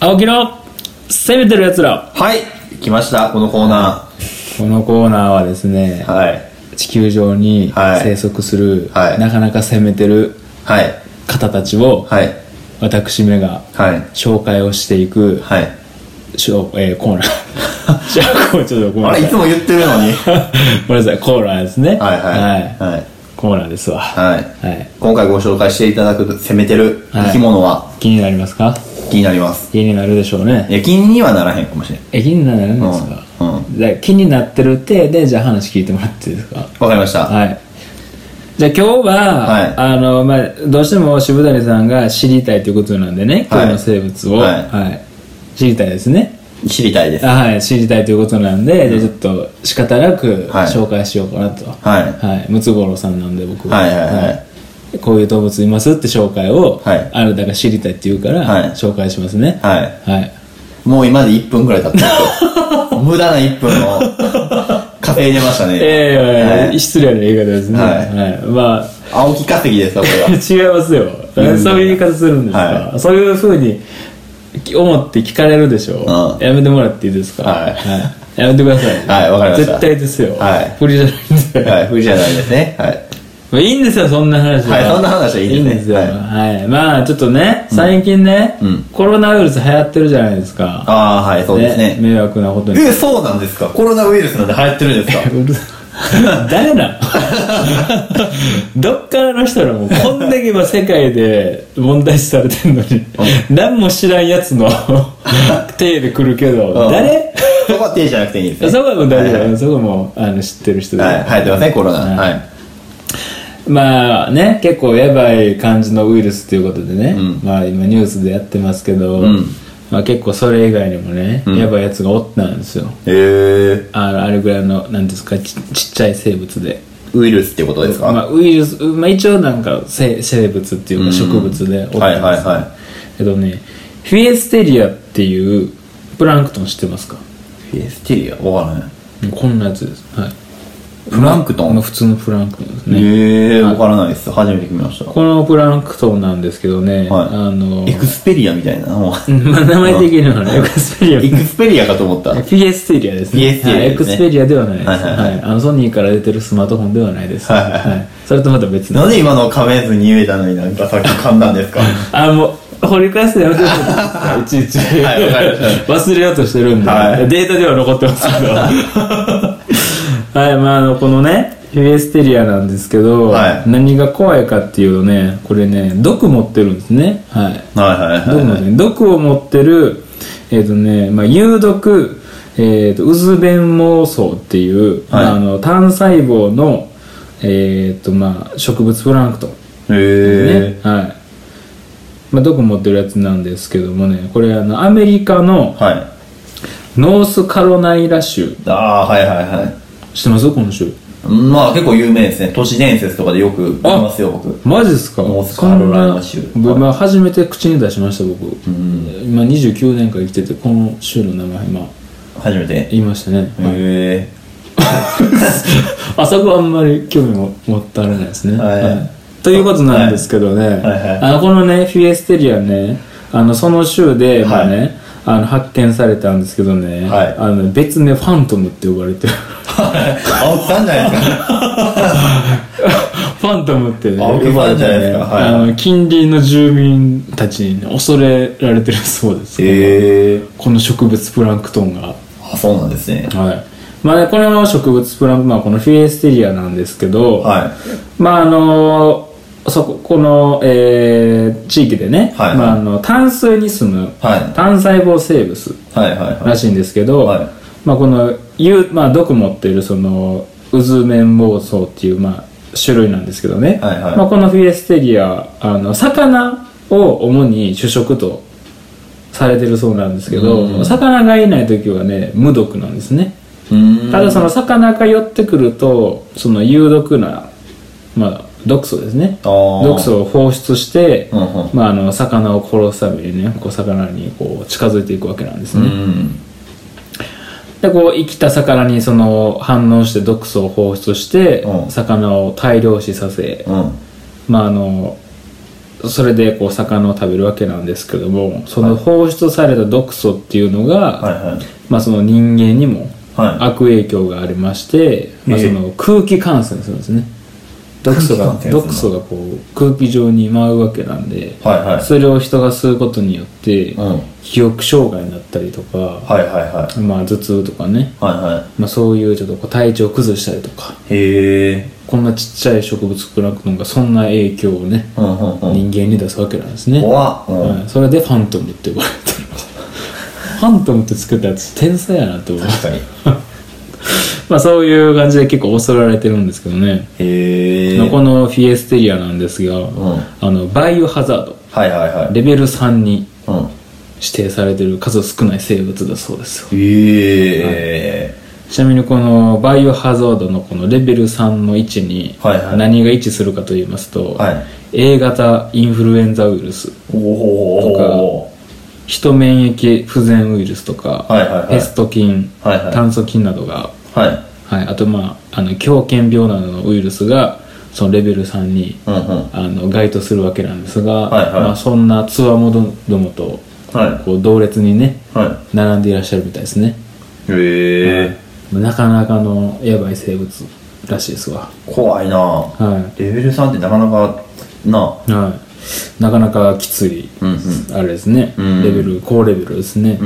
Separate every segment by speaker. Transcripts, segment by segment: Speaker 1: 青木の攻めてる奴ら
Speaker 2: はい来ましたこのコーナ
Speaker 3: このコーナーはですね
Speaker 2: ー、はい
Speaker 3: 地球上に
Speaker 2: はい
Speaker 3: 生息する、
Speaker 2: はい
Speaker 3: なかなか攻めてる
Speaker 2: はい
Speaker 3: 方たちを、
Speaker 2: はい
Speaker 3: 私めが
Speaker 2: はい
Speaker 3: 紹介をしていく、
Speaker 2: はい
Speaker 3: しょえーコー ナーじゃあこうちょっとごめん
Speaker 2: あ
Speaker 3: なさ
Speaker 2: れい
Speaker 3: い
Speaker 2: つも言ってるのに
Speaker 3: ごめんなさいコーナーですね
Speaker 2: はいはい
Speaker 3: は
Speaker 2: はい
Speaker 3: いコーナーですわ
Speaker 2: はい、
Speaker 3: はい
Speaker 2: 今回ご紹介していただく攻めてる生き物は
Speaker 3: 気になりますか
Speaker 2: 気になります、
Speaker 3: 気になるでしょうね
Speaker 2: いや気にはならへんかもしれん
Speaker 3: え気にならないですか、
Speaker 2: うんう
Speaker 3: じゃあ気になってる体でじゃあ話聞いてもらっていいですか
Speaker 2: わかりました、
Speaker 3: はい。じゃあ今日は、
Speaker 2: はい
Speaker 3: あの、まあ、どうしても渋谷さんが知りたいということなんでね、
Speaker 2: はい
Speaker 3: 今日の生物を、
Speaker 2: は
Speaker 3: はいい、知りたいですね。
Speaker 2: 知りたいです
Speaker 3: あはい、知りたいということなんで、じゃあちょっと仕方なく
Speaker 2: はい
Speaker 3: 紹介しようかなと。
Speaker 2: はい
Speaker 3: はい。ムツゴロウさんなんで僕
Speaker 2: はいはいはい
Speaker 3: いこういう動物いますって紹介を、
Speaker 2: はい
Speaker 3: あなたが知りたいって言うから、
Speaker 2: はい
Speaker 3: 紹介しますね。
Speaker 2: はい
Speaker 3: はい。
Speaker 2: もう今まで1分くらい経ったん ですよ無駄な1分を稼いでましたね、
Speaker 3: ええ
Speaker 2: はい
Speaker 3: 失礼な言い方ですね。
Speaker 2: はい
Speaker 3: はい、まあ、
Speaker 2: 青木稼ぎですかこれは
Speaker 3: 違いますよ、
Speaker 2: うん
Speaker 3: そういう言い方するんですか、
Speaker 2: は
Speaker 3: そういうふうに思って聞かれるでしょ
Speaker 2: うん
Speaker 3: やめてもらっていいですか、
Speaker 2: はい
Speaker 3: やめてください
Speaker 2: はいわかりました
Speaker 3: 絶対ですよ、
Speaker 2: はい
Speaker 3: 不利じゃないんで、
Speaker 2: はい不利じゃないですねはい
Speaker 3: まあいいんですよそんな話は、
Speaker 2: はいそんな話はいいんですね
Speaker 3: んですよ、
Speaker 2: は
Speaker 3: はいいまあちょっとね最近ね、
Speaker 2: うん
Speaker 3: コロナウイルス流行ってるじゃないですか
Speaker 2: ああはいそうですね
Speaker 3: 迷惑なことに
Speaker 2: えそうなんですかコロナウイルスなんて流行ってるんですか
Speaker 3: うるさ 誰なんどっからの人らもうこんだけ今世界で問題視されてんのに何も知らんやつの 手で来るけど
Speaker 2: うん
Speaker 3: 誰
Speaker 2: そこは手じゃなくていいんですね
Speaker 3: そこはもう大
Speaker 2: は
Speaker 3: 丈
Speaker 2: い
Speaker 3: 夫そこはもうあの知ってる人で、
Speaker 2: はい、流行ってますねコロナ
Speaker 3: はい
Speaker 2: はい
Speaker 3: まあね結構やばい感じのウイルスということでね、
Speaker 2: うん
Speaker 3: まあ今ニュースでやってますけど、
Speaker 2: うん
Speaker 3: まあ、結構それ以外にもね、
Speaker 2: うん
Speaker 3: やばいやつがおったんですよ
Speaker 2: へえ
Speaker 3: あのあれぐらいの何ですかちちっちゃい生物で
Speaker 2: ウイルスってことですか、
Speaker 3: まあ、ウイルス、まあ、一応なんか生生物っていう
Speaker 2: うん
Speaker 3: か植物でおったんですよ
Speaker 2: はいはいはい
Speaker 3: えっとねフィエステリアっていうプランクトン知ってますか
Speaker 2: フィエステリアわからない
Speaker 3: こんなやつですはい
Speaker 2: プランクトン
Speaker 3: まあ普通のプランクトンですね、
Speaker 2: へえわからないです初めて聞きました
Speaker 3: このプランクトンなんですけどね、
Speaker 2: はい
Speaker 3: あの
Speaker 2: エクスペリアみたいなもう
Speaker 3: まあ名前的にはねエクスペリア
Speaker 2: エクスペリアかと思った
Speaker 3: フィエステリアですね
Speaker 2: フィエステリアですね
Speaker 3: はいエクスペリアではないです、
Speaker 2: は
Speaker 3: はいい
Speaker 2: はいはい
Speaker 3: あのソニーから出てるスマートフォンではないです、
Speaker 2: はいはいはい
Speaker 3: それとまた別の
Speaker 2: なんで今の噛めずに言えたのになんかさっき噛んだんですか
Speaker 3: あ、もう、掘り返すのやめてください。いちいち。
Speaker 2: はいわかりま
Speaker 3: 忘れようとしてるんで、
Speaker 2: はい
Speaker 3: データでは残ってますけど。 はい、まあ、あの、このね、フィエステリアなんですけど、
Speaker 2: はい
Speaker 3: 何が怖いかっていうとね、これね、毒持ってるんですね。はい。
Speaker 2: はいはいはい
Speaker 3: 毒持って
Speaker 2: はい
Speaker 3: る毒を持ってる、えっ、とね、まあ、有毒、えっ、と、ウズベンモウソウっていう、
Speaker 2: はい
Speaker 3: まああの、単細胞の、えっ、と、まあ、植物プランクトン。
Speaker 2: へ
Speaker 3: ねはいまあ、毒持ってるやつなんですけどもねこれあのアメリカ
Speaker 2: え
Speaker 3: の
Speaker 2: はい
Speaker 3: ノースカロライナ州
Speaker 2: ああはいはいはい
Speaker 3: 知ってますこの州
Speaker 2: うんまあ結構有名ですね都市伝説とかでよく見ますよ僕
Speaker 3: マジですか
Speaker 2: ノースカロライナ州
Speaker 3: そんなまあ初めて口に出しました僕今29年間生きててこの州の名前今
Speaker 2: 初めてへ
Speaker 3: 言いましたね
Speaker 2: え
Speaker 3: あそこはあんまり興味も持ったられないですね、
Speaker 2: はい
Speaker 3: ということなんですけどね、
Speaker 2: はいはい
Speaker 3: あのこのねフィエステリアねあのその州で、まあねあの発見されたんですけどね、
Speaker 2: はい
Speaker 3: あの別名ファントムって呼ばれ てる
Speaker 2: 青木さんじゃないです か
Speaker 3: ファントムってね
Speaker 2: 青木ファンじゃないですか
Speaker 3: 呼ばれてね
Speaker 2: はい
Speaker 3: あの近隣の住民たちにね、恐れられてるそうです、
Speaker 2: へえ
Speaker 3: この植物プランクトンが
Speaker 2: あそうなんですね
Speaker 3: はいまあね、この植物プランクトンはこのフィエステリアなんですけど、
Speaker 2: は
Speaker 3: まああのそここの、えー地域でね、
Speaker 2: はい
Speaker 3: まあ、あの淡水に住む
Speaker 2: はい
Speaker 3: 単細胞生物
Speaker 2: いはいはいは
Speaker 3: ら
Speaker 2: い
Speaker 3: しいんですけど、
Speaker 2: はい
Speaker 3: まあ、この、有まあ、毒持っているそのウズメンボウソウっていう、まあ、種類なんですけどね、
Speaker 2: はいはい
Speaker 3: まあ、このフィエステリアあの魚を主に主食とされてるそうなんですけど、
Speaker 2: うん
Speaker 3: 魚がいない時はね無毒なんですね、
Speaker 2: うーん
Speaker 3: ただその魚が寄ってくるとその有毒な、まあ、毒素ですね
Speaker 2: あー
Speaker 3: 毒素を放出して、
Speaker 2: うんうん
Speaker 3: まあ、あの魚を殺すためにねこう魚にこう近づいていくわけなんです
Speaker 2: う
Speaker 3: ね、
Speaker 2: ん
Speaker 3: でこう生きた魚にその反応して毒素を放出して、
Speaker 2: うん
Speaker 3: 魚を大量死させ、
Speaker 2: うん
Speaker 3: まああのそれでこう魚を食べるわけなんですけどもその放出された毒素っていうのが、
Speaker 2: はいはい
Speaker 3: まあ、その人間にも
Speaker 2: はい
Speaker 3: 悪影響がありまして、まあ、
Speaker 2: ええ
Speaker 3: その空気感染するんですね毒素が
Speaker 2: 空気感染するの
Speaker 3: 毒素がこう空気上に舞うわけなんで、
Speaker 2: はいはい
Speaker 3: それを人が吸うことによって、
Speaker 2: うん
Speaker 3: 記憶障害になったりとか、
Speaker 2: はいはいはい
Speaker 3: まあ、頭痛とかね、
Speaker 2: はいは
Speaker 3: まあ、そういうちょっとこう体調崩したりとか
Speaker 2: いへえ
Speaker 3: こんなちっちゃい植物プランクトンがそんな影響をね、
Speaker 2: うんうんうん
Speaker 3: 人間に出すわけなんですね、
Speaker 2: 怖っうん
Speaker 3: はいそれでファントムって呼ばれてるファントムって作ったやつ天才やなと思う
Speaker 2: 確かに
Speaker 3: まあそういう感じで結構恐れられてるんですけどね、
Speaker 2: へえ
Speaker 3: まあこのフィエステリアなんですが、
Speaker 2: ん
Speaker 3: あのバイオハザード
Speaker 2: はいはいはい
Speaker 3: レベル3に
Speaker 2: うん
Speaker 3: 指定されてる数少ない生物だそうですよ
Speaker 2: へえ
Speaker 3: ちなみにこのバイオハザードのこのレベル3の位置に
Speaker 2: はいはい
Speaker 3: 何が位置するかと言いますと、
Speaker 2: はい
Speaker 3: A 型インフルエンザウイルス
Speaker 2: おお
Speaker 3: 人免疫不全ウイルスとか、
Speaker 2: はいはいはい
Speaker 3: ペスト菌、
Speaker 2: はいはい
Speaker 3: 炭疽菌などが、
Speaker 2: はい
Speaker 3: はい、あとまああの狂犬病などのウイルスがそのレベル3に、
Speaker 2: うんうん
Speaker 3: あの該当するわけなんですが、
Speaker 2: はいはい
Speaker 3: まあ、そんなつわもどどもと
Speaker 2: は
Speaker 3: こう同列にね
Speaker 2: いは
Speaker 3: 並んでいらっしゃるみたいですね、
Speaker 2: いへえ
Speaker 3: まあなかなかのやばい生物らしいですわ
Speaker 2: 怖いな
Speaker 3: は、
Speaker 2: レベル3ってなかなかない
Speaker 3: はい、なかなかきつい、
Speaker 2: うん
Speaker 3: あれですね、
Speaker 2: ん
Speaker 3: レベル高レベルですね、
Speaker 2: ん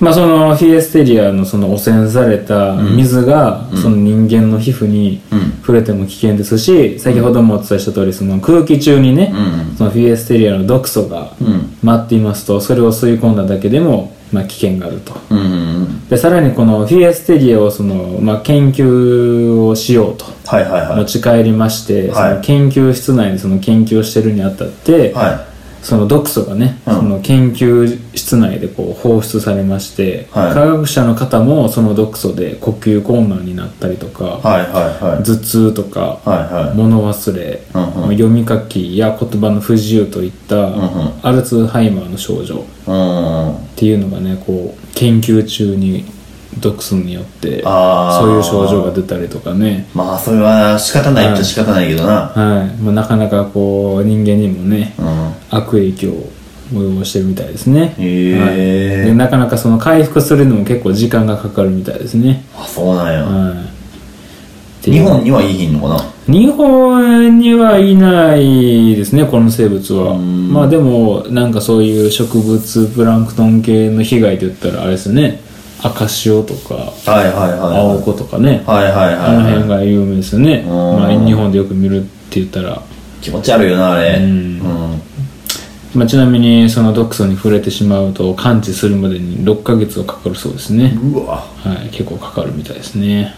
Speaker 3: まあそのフィエステリアのその汚染された水がその人間の皮膚に
Speaker 2: うん
Speaker 3: 触れても危険ですし先ほどもお伝えした通りその空気中にね
Speaker 2: うん
Speaker 3: そのフィエステリアの毒素が
Speaker 2: うん
Speaker 3: 待っていますとそれを吸い込んだだけでもまあ危険があると
Speaker 2: うんうん
Speaker 3: でさらにこのフィエステリアをそのまあ研究をしようと
Speaker 2: はいはいは
Speaker 3: 持
Speaker 2: い
Speaker 3: ち帰りまして、
Speaker 2: はい
Speaker 3: その研究室内でその研究をしてるにあたって、
Speaker 2: は
Speaker 3: その毒素がね、
Speaker 2: うん
Speaker 3: その研究室内でこう放出されまして、
Speaker 2: はい
Speaker 3: 科学者の方もその毒素で呼吸困難になったりとか、
Speaker 2: いはいはいはい
Speaker 3: 頭痛とか、
Speaker 2: はいはい
Speaker 3: 物忘れ、
Speaker 2: うんうん
Speaker 3: 読み書きや言葉の不自由といった、
Speaker 2: んうん
Speaker 3: アルツハイマーの症状っ
Speaker 2: うん
Speaker 3: ていうのがねこう研究中に毒素によって
Speaker 2: あー
Speaker 3: そういう症状が出たりとかね
Speaker 2: まあそれは仕方ないっちゃ仕方ないけどな
Speaker 3: はい、まあ、なかなかこう人間にもね、
Speaker 2: うん
Speaker 3: 悪影響を及ぼしてるみたいですね、
Speaker 2: へー
Speaker 3: はいでなかなかその回復するのも結構時間がかかるみたいですね、
Speaker 2: あそうなんや
Speaker 3: はい、
Speaker 2: 日本にはいいひんのかな
Speaker 3: 日本にはいないですねこの生物は
Speaker 2: ん
Speaker 3: まあでもなんかそういう植物プランクトン系の被害といったらあれですね赤潮とか
Speaker 2: はいはいはい
Speaker 3: 青子とかね、
Speaker 2: はいはい
Speaker 3: あの
Speaker 2: はいは
Speaker 3: 辺
Speaker 2: い
Speaker 3: が有名ですよね、まあ、
Speaker 2: うん
Speaker 3: 日本でよく見るって言ったら
Speaker 2: 気持ち悪いよなあれ
Speaker 3: う
Speaker 2: うんん
Speaker 3: まあ、ちなみにその毒素に触れてしまうと完治するまでに6ヶ月はかかるそうですね、
Speaker 2: うわ
Speaker 3: はい、結構かかるみたいですね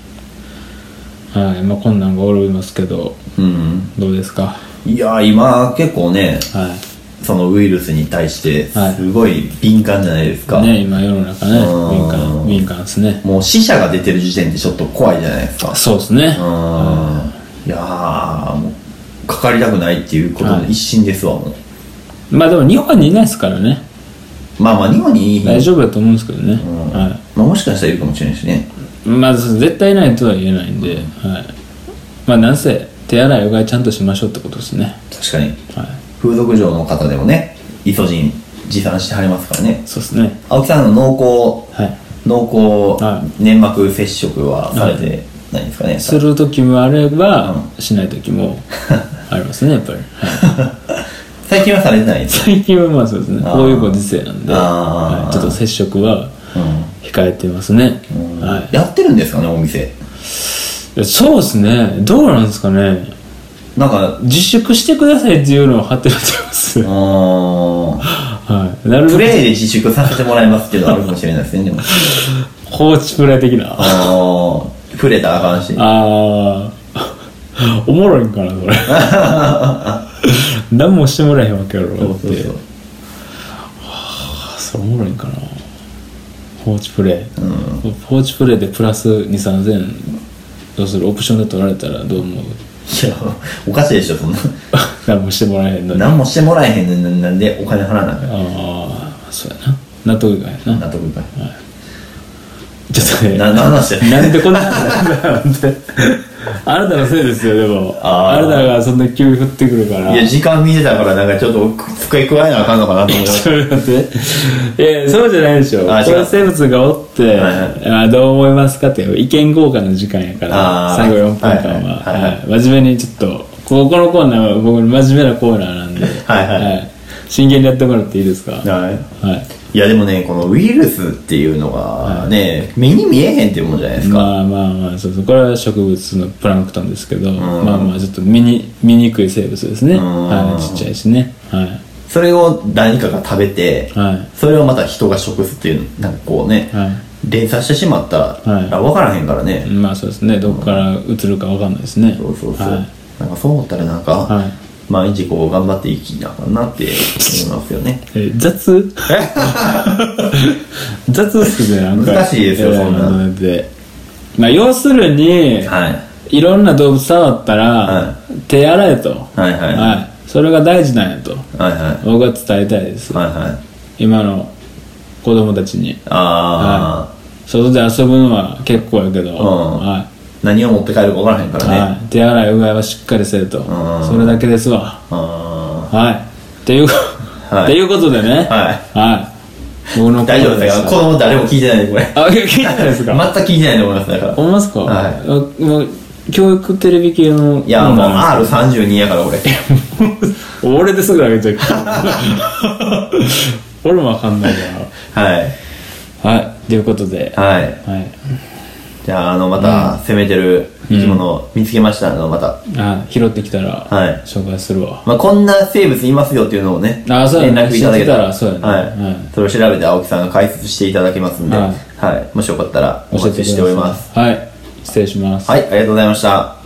Speaker 3: はいまあこんなんがおりますけど
Speaker 2: うん
Speaker 3: どうですか
Speaker 2: いや今結構ね
Speaker 3: は
Speaker 2: そのウイルスに対して
Speaker 3: はい
Speaker 2: すごい敏感じゃないですか、
Speaker 3: いね今世の中ね
Speaker 2: うん
Speaker 3: 敏感敏感ですね
Speaker 2: もう死者が出てる時点でちょっと怖いじゃないですか
Speaker 3: そうですね
Speaker 2: うんいやーもうかかりたくないっていうことの一心ですわ、もう
Speaker 3: まあでも日本にいないですからね
Speaker 2: まあまあ日本にいい日
Speaker 3: 大丈夫だと思うんですけどね、
Speaker 2: うん
Speaker 3: は
Speaker 2: まあ、もしかしたらいるかもしれないしね
Speaker 3: い、まあ絶対いないとは言えないんで、はい、まあなんせ手洗いうがいちゃんとしましょうってことですね
Speaker 2: 確かに
Speaker 3: はい
Speaker 2: 風俗嬢の方でもねイソジン持参してはりますからね
Speaker 3: そうですね
Speaker 2: 青木さんの濃厚、
Speaker 3: はい
Speaker 2: 濃
Speaker 3: は
Speaker 2: 厚粘膜接触はされてないんですかね、
Speaker 3: する時もあれば、しない時 もありますねやっぱり
Speaker 2: 最近はされてないです
Speaker 3: 最近はまあそうですね
Speaker 2: あー
Speaker 3: こういうご時世なんで、
Speaker 2: あー
Speaker 3: はいちょっと接触は
Speaker 2: う
Speaker 3: 控えてますね、
Speaker 2: ん
Speaker 3: は
Speaker 2: やってるんですかねお店
Speaker 3: いい、そうですねどうなんですかね
Speaker 2: なんか
Speaker 3: 自粛してくださいっていうのを貼ってらっしゃいます、
Speaker 2: うー
Speaker 3: はい、なる
Speaker 2: ん
Speaker 3: べ
Speaker 2: プ
Speaker 3: く
Speaker 2: レイで自粛させてもらいますけどあるかもしれないですねでも
Speaker 3: 放置プレイ的 なあ
Speaker 2: あー触れたらあかんし
Speaker 3: あー おもろいんかなそ れ何もしてもらえへんわけやろ
Speaker 2: そうそうそう
Speaker 3: あそれおもろいんかな放置プレイ、放置プレイでプラス23000円どうするオプションで取られたらどう 思う
Speaker 2: いやおかしいでしょそんな
Speaker 3: 何もしてもらえへんのにあ
Speaker 2: 何もしてもらえへんのになんでお金払わなあかん
Speaker 3: あそうやな納得いかへんな
Speaker 2: 納得いかない
Speaker 3: ちょっとね
Speaker 2: 何の話だよ
Speaker 3: なんでこんな話なんだよ本当にあなたのせいですよでも
Speaker 2: あ
Speaker 3: あ
Speaker 2: ー
Speaker 3: なたがそんな急に降ってくるから
Speaker 2: いや時間見てたからなんかちょっと机加えなあかんのかなと思いまし
Speaker 3: ちょっと待って いやそうじゃないでしょこ
Speaker 2: あ違う
Speaker 3: れ生物がおって、
Speaker 2: はい
Speaker 3: あどう思いますかっていう意見交換の時間やから
Speaker 2: あー
Speaker 3: 最後4分間は、
Speaker 2: はいはいはい
Speaker 3: はい真面目にちょっとここのコーナーは僕の真面目なコーナーなんで、
Speaker 2: はいはい
Speaker 3: 真剣にやってもらっていいですか
Speaker 2: た
Speaker 3: は
Speaker 2: はい
Speaker 3: い
Speaker 2: いやでもねこのウイルスっていうのがね、目に見えへんっていうもんじゃないですか、
Speaker 3: まあまあまあそうそうこれは植物のプランクトンですけど、まあまあちょっと見に見にくい生物ですね、
Speaker 2: ん
Speaker 3: はい、ちっちゃいしねはい
Speaker 2: それを何かが食べて、
Speaker 3: はい
Speaker 2: それをまた人が食すっていうなんかこうね、
Speaker 3: は
Speaker 2: 連鎖してしまった
Speaker 3: はい
Speaker 2: ら分からへんからね、
Speaker 3: まあそうですねどこから移るかわかんないですね
Speaker 2: そうそうそう、
Speaker 3: はい
Speaker 2: なんかそう思ったらなんか、
Speaker 3: はい
Speaker 2: 毎日こう頑張って生きなあかんなって思いますよね
Speaker 3: えー 雑雑っすねなんか
Speaker 2: 難しいですよ
Speaker 3: えー
Speaker 2: そんな
Speaker 3: のでまあ要するに、
Speaker 2: はい
Speaker 3: い、ろんな動物触ったら、
Speaker 2: は
Speaker 3: 手洗えと、は
Speaker 2: はいはいいはい
Speaker 3: それが大事なんやと
Speaker 2: はいはい
Speaker 3: 僕は伝えたいです、
Speaker 2: はいはい
Speaker 3: 今の子供たちに、
Speaker 2: ああ、
Speaker 3: はい、外で遊ぶのは結構やけど、は
Speaker 2: 何を持って帰るか分からへんか
Speaker 3: い
Speaker 2: らね、
Speaker 3: はい、手洗いうがいはしっかりせると
Speaker 2: ん
Speaker 3: それだけですわ
Speaker 2: あ
Speaker 3: はいっていう、
Speaker 2: はい
Speaker 3: っていうことでね
Speaker 2: あはい
Speaker 3: はい。僕の
Speaker 2: 大丈夫ですか
Speaker 3: か
Speaker 2: 子供誰も聞いてないでこれ
Speaker 3: あ、いや聞いてないですか
Speaker 2: 全く聞いてないと思いますだから
Speaker 3: 思いますか。
Speaker 2: はい
Speaker 3: あもう、教育テレビ系の。
Speaker 2: いやもう
Speaker 3: あ
Speaker 2: R32 やから俺
Speaker 3: 俺ですぐ上げち ゃう。俺もわかんないか
Speaker 2: はい
Speaker 3: ら。はい。ということで。
Speaker 2: はい
Speaker 3: はい。
Speaker 2: じゃああのまた攻めてる生き物を見つけましたのまた、
Speaker 3: あ、拾ってきたら、
Speaker 2: はい
Speaker 3: 紹介するわ。
Speaker 2: まあ、こんな生物いますよっていうのをね
Speaker 3: あそうやね
Speaker 2: 連絡いただけ
Speaker 3: 知ってたらそうやね
Speaker 2: はい
Speaker 3: は
Speaker 2: それを調べて青木さんが解説していただきますんで、
Speaker 3: は
Speaker 2: はいいもしよかったらお待ちしております
Speaker 3: はい。失礼します。
Speaker 2: はいありがとうございました